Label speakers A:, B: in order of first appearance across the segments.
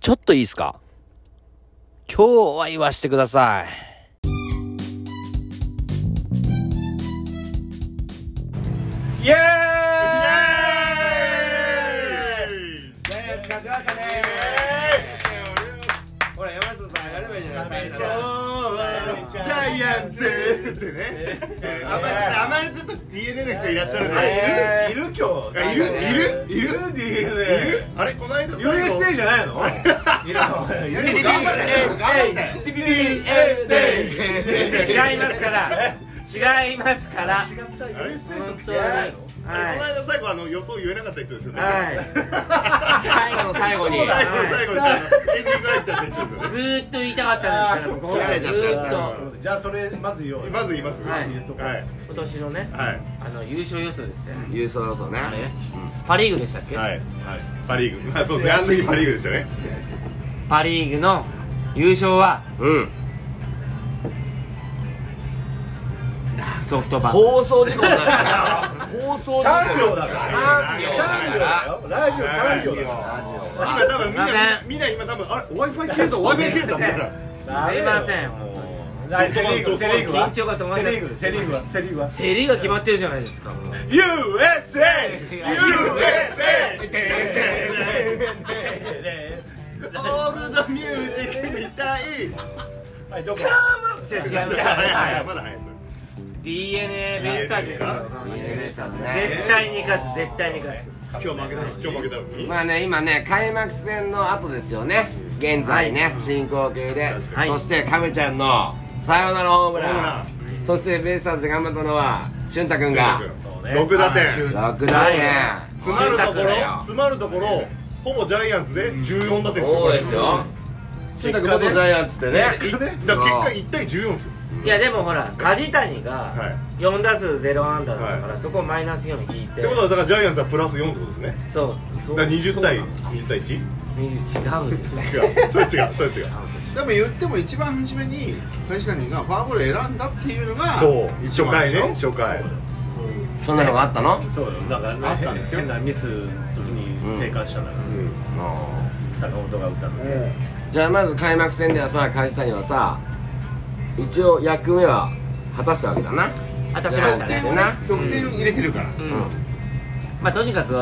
A: ちょっといいですか今日は言わしてください。
B: イエーイ
C: ジャイアンツ勝ちましたねほら山下さんやればいいじゃないですかジャイアンツってねあんまりあんまりちょっと DNA の人いらっしゃるね
B: いるいる今
C: いるいるいるいる
B: DNA
C: いるあれこの間最後
B: USA じゃないのいや
C: いやでも頑張れ
D: 違いますから違いますから
C: 違った USA と来て
D: はい
C: この間最後あの予想言えなかった人ですよね
D: はい最後の最後に
C: 最後最後にエンディング入っちゃった人です
D: ずーっと言いたかったんですけど僕らずーっと
B: じゃあそれまず言おう
C: よまず言います
D: はい
C: はい
D: 今年のね
C: はい
D: あの優勝予想ですよね
A: 優勝予想ね。
D: パ・リーグでしたっけ、
C: はい、パ・リーグ、まあ、そうですね、あの時パ・リーグでしたね、
D: パ・リーグの優勝は
A: うん。
D: ソフトバンク
A: 放送事故になった。放送事故。
B: 3秒だから
A: 三秒
B: 3秒
A: だ
B: だ
A: か
B: よラジオ3秒だか
C: 今、多分みんな、みんな、みんな今、多分あれ、w i f i 検査、w i f i 検査みたいな、
B: ら
D: すいません
B: 来セ・リーグセ・リーグは
D: 緊張が止まら
B: セ・
D: ない
B: リーグセ・リーグはセ・リーグは
D: セ・リーグが決まってるじゃないですかもう
B: USA!
C: USA! オールドミュージックみたい、
B: はいどこ
D: 違う違う違
C: まだ早い、まだ早い、
D: d n a ベイスターズですよ
A: ら。
D: 絶対に勝つ絶対に勝つ
C: 今日負けた、今日負けた、みんな、
E: まあね今ね開幕戦の後ですよね現在ね、進行形で、
D: はい
E: そして亀ちゃんのサヨナラホームラン
C: ホームラ
E: そしてベイスターズで頑張ったのは俊太君が
C: 6打点、
E: 6打点
C: 詰まるところ、詰まるところ、ほぼジャイアンツで14打点
E: そうですよ俊太君元ジャイアンツってね
C: だ結果、1対14ですよ、
D: いやでもほら梶谷
C: は
D: が
C: い
D: 4打数0安打だったからそこをマイナス4引い
C: っててことは、だからジャイアンツはプラス4ってことですね。
D: そうそ
C: だか
D: う
C: ら20対
D: そう
C: 20対 1? 違う
D: 20違うですね
C: それ違うそれ違う
F: でも言っても一番初めに梶谷がフォアボールを選んだっていうのが
C: そう
F: 一
C: 初
F: 番
C: 回
F: でし
C: ね
F: ょ
C: 初回
E: そんなのがあったの
B: そうよだから
F: あったんですよ
B: 変なミスの時に生還したんだから坂本が打ったの
E: じゃあまず開幕戦ではさ梶谷はさ一応役目は果たしたわけだな
D: 果たしました
F: 得
D: ね
F: 点をね得点を入れてるから、
D: う
E: うんん、
D: まあとにかく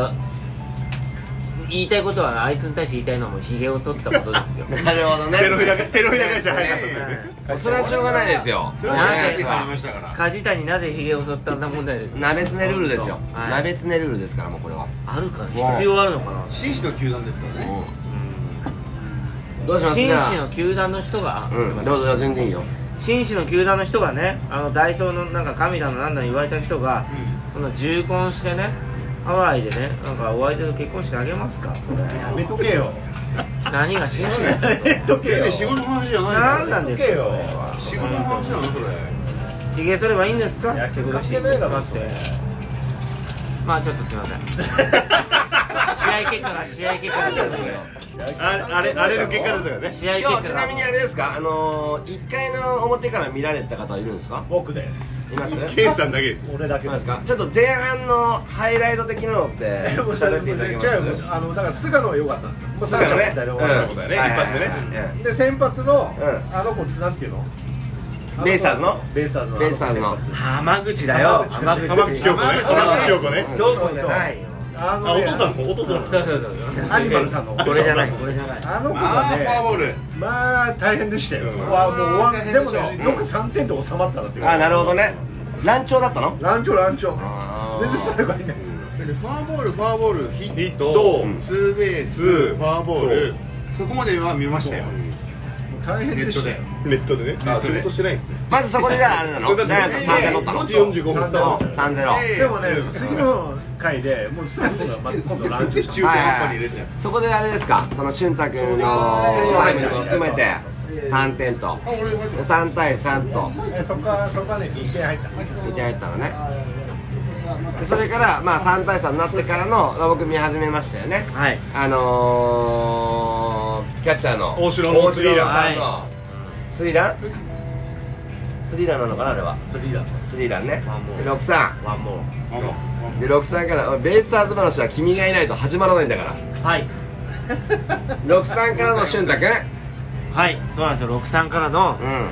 D: 言いたいことはあいつに対して言いたいのはもうひげを剃ったことですよ
E: なるほ どね
C: 手のひら返手のひら返し早かったんだよね
D: は
E: それはしょうがないですよ
F: それは
D: な
F: や
D: ん
F: っ
D: で
F: てされましたから
D: い梶谷なぜひげを剃ったんだ問題です
E: 鍋つねルールですよ、
D: はい
E: 鍋つねルールですからもうこれは、
D: あるか必要あるのかな
F: 紳士の球団ですからね
E: どうします
D: 紳士
E: じゃ
D: の球団の人が、あ
E: あ
D: すい
E: ん
D: うません
E: どうぞどうぞ全然いいよ
D: 紳士の球団の人がねあのダイソーのなんか神だのなんだの言われた人が、その重婚してねハワイでねなんかお相手と結婚してあげますかこれ
B: やめとけよ
D: 何が紳士ですか
B: やめとけよ
F: ね仕事の話じゃない
D: 何
F: か
D: な
F: ら
D: ん
F: ね
D: です
B: け
D: か
B: よ
F: 仕事の話なのそれ
D: ひげ剃ればいいんですか
B: いや
D: ってこと
B: 関
D: し
B: 係ないだろ
D: ってまあちょっとすいません試合結果が試合結果だったんで
C: ああれあれの結果だったからね
D: 試合結
E: 今
D: 果
E: 日ちなみにあれですかあのー、1階の表から見られた方はいるんですか
B: 僕です
E: いますい
C: ケンさんだけです
B: 俺だけ
E: ま
B: です
E: かちょっと前半のハイライト的なの って喋っていただけます
B: 違うあのだから菅野は良かったんですよもう
E: そうだよね
B: 菅野
C: だ
B: は
C: よね
E: うん
C: 一発でね
E: はいはいはい
B: で先発の
E: うん
B: あの子なんていうのあの子
E: ベイスターズの
B: ベイスターズの
E: ベイスターズの
D: 浜口だよ
B: 浜口
C: 浜口京子ね浜口京子ね
D: 京子じゃないよ
B: あ
C: あ
B: の
C: お
B: ね
C: 父さんのお父さんの
D: そうそうそう
B: アニマルさんの
D: これじゃないこれじゃない
B: あの子
F: あ
B: が
F: あフォア
B: ね
F: ボール
B: まあ大変でしたよ
C: うん
B: わあもう終わ
F: 大変
B: で
F: で
B: も
F: したよ
B: ねよく3点で収まったなっていう
E: あなるほどね乱調だったの
B: ランチョランチョ
E: あー
B: 全然それがいない
F: だってフォアボールフォアボールヒ
C: ヒッ
F: ッ
C: ト
F: トツーベー
C: ツー
F: スフォアボールそこまでは見ましたよ
B: 大変でしたよ
C: ネットでねあ仕事してないんですね
E: まずそこでじゃああれなのジャイアンツ3点取ったの
C: 5時45分
B: そう
C: さ
E: 3ゼロ
F: ええ
B: でもね次の回でもうすぐまた今度ランチョした
F: 中途半端に入れて
E: そこであれですかその俊太君のタイムも含めて3点と
F: あ俺マジで
E: 3対3と
B: えそこはそこはね2点入った
E: 見て入ったのねでそれからまあ3対3になってからの僕見始めましたよね
D: はい
E: あのー、キャッチャーの
C: 大城のスリーラン
E: 大城のさんのスリーランスリーランなのかなあれは
B: スリーだ
E: スリーランね
D: ワンボール
E: で63
D: ワンモ ー
E: で63からベイスターズ話は君がいないと始まらないんだから
D: はい
E: 63からの俊太君
D: はいそうなんですよ63からの
E: うん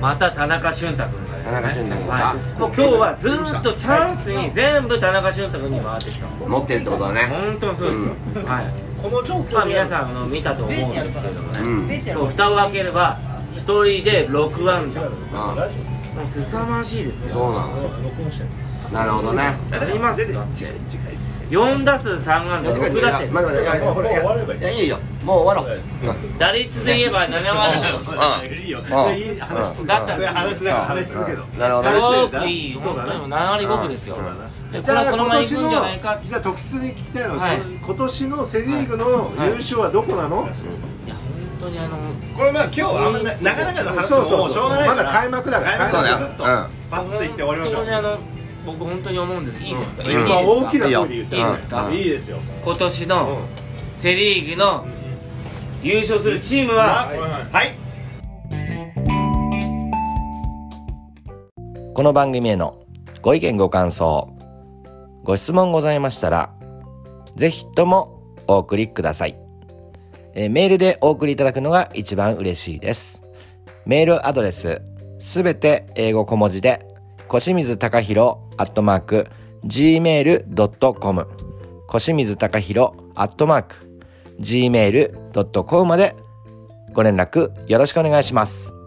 D: また田中俊太君がですね
E: 田中俊太君
D: は
E: か
D: い、もう今日はずーっとチャンスに全部田中俊太君に回ってきた
E: 持ってるってことだね
D: 本当にそうですよ、はい
B: この状況で
D: まあ皆さんあの見たと思うんですけどもね、
E: うん
D: もう蓋を開ければ一人で6アンダーも
E: あ
B: ラジ
D: う凄まじいです
E: あ
D: よ
E: そうな
B: オ
E: の
B: うん録音してる
E: なるほどね
D: ありますよって4打数3安打
E: いや
D: 6打点
E: 待って待っていやいや
B: もうこれ終わればいい
E: いやいいよもう終わろう
D: 打率で言えば7割
E: う
C: いいよ
E: んうん
C: いい話す
E: うん
D: だったん
C: ね
D: ですよ
C: 話しながら話し続けろ
E: なるほどね
D: すごくいい本当にもう7割5分ですよでこれはこのままいくんじゃないかって
C: じゃあ特質に聞きたいの
D: は
C: はい今年のセ・リーグの優勝はどこなの
D: いや本当にあの
F: これまあ今日あんまななかなかの話
C: そう
F: は
C: そ
F: も
C: う
F: うし
C: そ
F: ょ
C: う
F: うがない
C: ま
F: か
C: だ
F: ら
C: 開幕だから
F: 開
E: そう
F: 幕
E: だよ
F: ずっと
E: う
F: パスって言って終わりましょ
D: 本当に
F: う
D: あの僕本当に思うんですいいですか、
E: うん
D: 言っていい
C: 今
D: です
C: 大
D: か
C: きな声で言っ
D: いい
C: た
D: んですか
E: うん
C: いいですよ
D: 今年のセ・リーグの優勝するチームは
F: はい
E: この番組へのご意見ご感想、ご質問ございましたら、ぜひともお送りください。えーメールでお送りいただくのが一番嬉しいです。メールアドレス、すべて英語小文字で、こしみずたかひろ、アットマーク、gmail.com、こしみずたかひろ、アットマーク、gmail.com までご連絡よろしくお願いします。